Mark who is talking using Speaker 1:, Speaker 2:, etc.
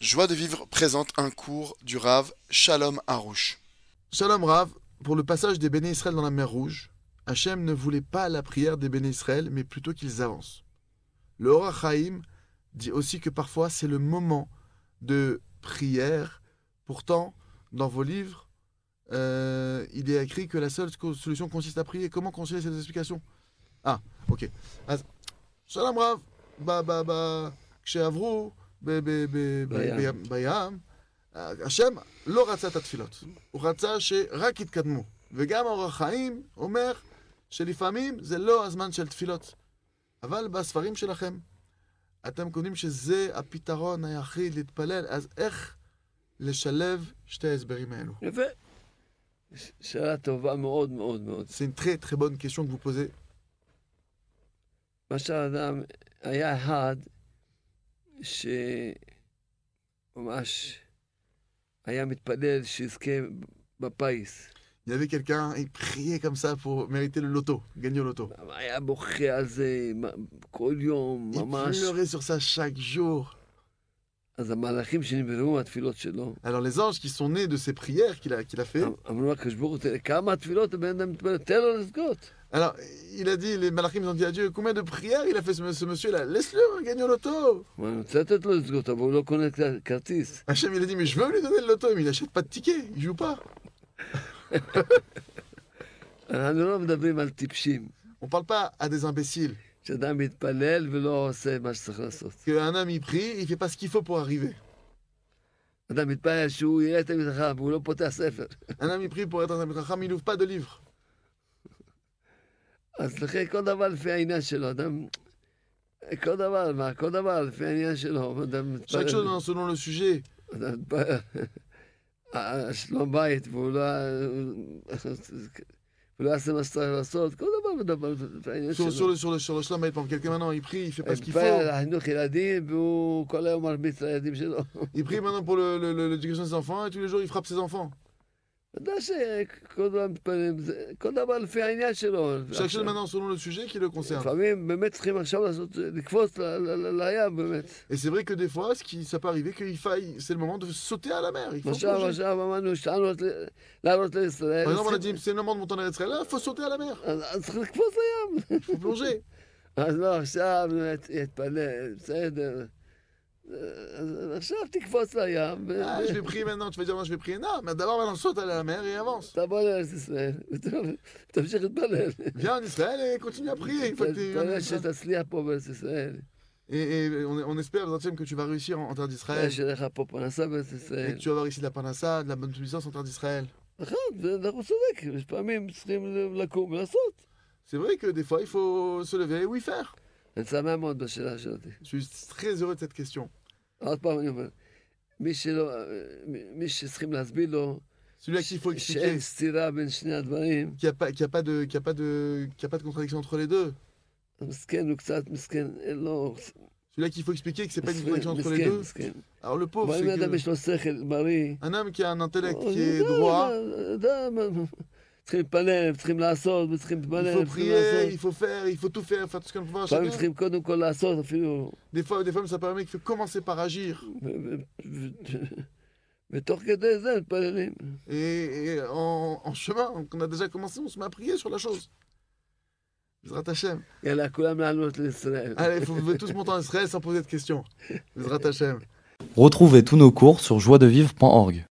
Speaker 1: Joie de vivre présente un cours du Rav Shalom Harouche.
Speaker 2: Shalom Rav, pour le passage des Béné Israël dans la mer Rouge, Hachem ne voulait pas la prière des Béné Israël, mais plutôt qu'ils avancent. Le Horachaim dit aussi que parfois c'est le moment de prière. Pourtant, dans vos livres, euh, il est écrit que la seule co- solution consiste à prier. Comment concilier ces explications Ah, ok. As- Shalom Rav, ba ba ba, ksheavru, be- be- be- Euh,
Speaker 3: בים.
Speaker 2: בים- בים. אה, השם לא רצה את התפילות, הוא רצה שרק יתקדמו. וגם האורח חיים אומר שלפעמים זה לא הזמן של תפילות. אבל בספרים שלכם, אתם קונים שזה הפתרון היחיד להתפלל, אז איך לשלב שתי ההסברים האלו?
Speaker 3: יפה. ש- שאלה טובה מאוד מאוד מאוד.
Speaker 2: C'est une très très bonne question que vous posez.
Speaker 3: משל אדם, היה אחד שממש היה מתפלל שיזכה בפיס.
Speaker 2: Il y avait quelqu'un, il priait comme ça pour mériter le loto, gagner le loto.
Speaker 3: היה בוכה על זה מ- כל יום,
Speaker 2: Il
Speaker 3: ממש.
Speaker 2: pleurait sur ça chaque jour.
Speaker 3: אז המהלכים שנבראו מהתפילות שלו,
Speaker 2: Alors les anges qui sont nés de ces prières qu'il a, qu'il a fait,
Speaker 3: אמ- אמרו לקדוש ברוך הוא, "תראה, כמה תפילות הבן אדם מתפלל, תן לו לזכות.
Speaker 2: Alors, il a dit, les malachim ont dit à Dieu, combien de prières il a fait ce, ce monsieur-là Laisse-le hein, gagner au loto
Speaker 3: הוא אמר, אני רוצה לתת לו לזכות, אבל הוא לא קונה כ- כרטיס.
Speaker 2: Hachem, il a dit, mais je veux lui donner le loto, mais il n'achète pas de ticket, il joue pas.
Speaker 3: אנחנו לא מדברים על טיפשים,
Speaker 2: On parle pas à des imbéciles.
Speaker 3: שאדם מתפלל ולא עושה מה שצריך לעשות.
Speaker 2: Qu'un homme, il prie, il fait pas ce qu'il faut pour arriver.
Speaker 3: אדם מתפלל שהוא יראה את המלאכה, והוא לא פותח ספר.
Speaker 2: Un homme, il prie pour être un Talmid Chacham, il n'ouvre pas de livre.
Speaker 3: אז לכן כל דבר לפי העניין שלו, אדם... כל דבר, מה? כל דבר לפי העניין שלו, אדם
Speaker 2: Chaque
Speaker 3: מתפלל.
Speaker 2: chose dans- selon le sujet.
Speaker 3: אדם מתפלל. אה, שלום בית, והוא לא... הוא לא יעשה מה שצריך לעשות, כל דבר מדבר לפי העניין
Speaker 2: Sur, sur
Speaker 3: שלו.
Speaker 2: le, sur le, sur le shalom, par exemple, quelqu'un maintenant, il prie, il fait pas
Speaker 3: הוא
Speaker 2: ce qu'il faut.
Speaker 3: מתפלל על החינוך ילדים, והוא כל היום מרביץ לילדים שלו.
Speaker 2: Il prie maintenant pour le- le- le- l'éducation de ses enfants, et tous les jours, il frappe ses enfants.
Speaker 3: אתה יודע שכל דבר מתפלל, זה- כל דבר לפי העניין שלו.
Speaker 2: Chaque
Speaker 3: עכשיו,
Speaker 2: chose maintenant selon le sujet qui le concerne.
Speaker 3: לפעמים באמת צריכים עכשיו לעשות, לקפוץ ל- ל- ל- לים, באמת.
Speaker 2: Et c'est vrai que des fois, ce qui, ça peut arriver qu'il faille, c'est le moment de sauter à la mer. Il faut
Speaker 3: משל
Speaker 2: plonger.
Speaker 3: משל אמרנו שטענות ל- לעלות לישראל.
Speaker 2: Par exemple, on a
Speaker 3: אז
Speaker 2: dit, c'est le moment de monter en Eretz Israël, là, faut sauter à la mer,
Speaker 3: אז צריך לקפוץ לים.
Speaker 2: faut plonger.
Speaker 3: אז לא, עכשיו נת- יתפלל, בסדר. אז עכשיו תקפוץ לים, ו-
Speaker 2: Ah, je vais prier maintenant, tu vas dire, non, je vais prier. Non, mais d'abord, maintenant, saute à la mer et avance.
Speaker 3: תבוא לארץ ישראל, ותמשיך להתפלל.
Speaker 2: Viens en Israël et continue à prier. une fois que t'es-
Speaker 3: תתפלל שתצליח פה בארץ ישראל.
Speaker 2: Et, et on, on espère, dans que tu vas réussir en, en terre
Speaker 3: תתפלל
Speaker 2: d'Israël.
Speaker 3: שיהיה לך פה פרנסה בארץ
Speaker 2: Et
Speaker 3: ישראל.
Speaker 2: que tu vas avoir ici de la panassa, de la bonne subsistance en terre d'Israël.
Speaker 3: נכון, זה- אנחנו צודק, יש פעמים צריכים לקום ולעשות.
Speaker 2: C'est vrai que des fois, il faut se lever et oui faire.
Speaker 3: אני שמח מאוד בשאלה שלך.
Speaker 2: Je suis très heureux de cette question.
Speaker 3: עוד פעם אני אומר, מי שלא, מי- מי שצריכים להסביר לו,
Speaker 2: Celui à qui il faut expliquer
Speaker 3: שאין סתירה בין שני הדברים,
Speaker 2: qu'il n'y a, pas- qu'il y a, pas de- qu'il y a, pas de- qu'il y a pas de contradiction entre les deux.
Speaker 3: המסכן הוא קצת מסכן, אין לו...
Speaker 2: Celui à qui il faut expliquer que c'est pas une
Speaker 3: מסכן,
Speaker 2: contradiction entre les
Speaker 3: מסכן,
Speaker 2: deux.
Speaker 3: מסכן.
Speaker 2: Alors le pauvre,
Speaker 3: אבל אם
Speaker 2: c'est Oh,
Speaker 3: לאדם
Speaker 2: que-
Speaker 3: יש לו שכל בריא,
Speaker 2: un homme qui a un intellect
Speaker 3: הוא
Speaker 2: qui est
Speaker 3: יודע,
Speaker 2: droit,
Speaker 3: יודע, יודע מה- צריכים להתפלל, הם צריכים לעשות, הם צריכים להתפלל,
Speaker 2: Il
Speaker 3: הם
Speaker 2: faut
Speaker 3: צריכים
Speaker 2: prier, il
Speaker 3: לעשות.
Speaker 2: faut faire, il faut tout faire, faire tout ce qu'on peut.
Speaker 3: פעמים
Speaker 2: Chacun.
Speaker 3: צריכים קודם כל לעשות, אפילו...
Speaker 2: Des fois, des fois, ça permet qu'il faut commencer par agir.
Speaker 3: ו- ו- ו- ותוך כדי זה מתפללים.
Speaker 2: Et, et en, en chemin, on a déjà commencé, on se met à prier sur la chose. Bezrat Hashem.
Speaker 3: יאללה, כולם לעלות לישראל.
Speaker 2: Allez, il faut vous tous monter en Israël sans poser de questions. Bezrat Hashem.
Speaker 4: Retrouvez tous nos cours sur joiedevivre.org.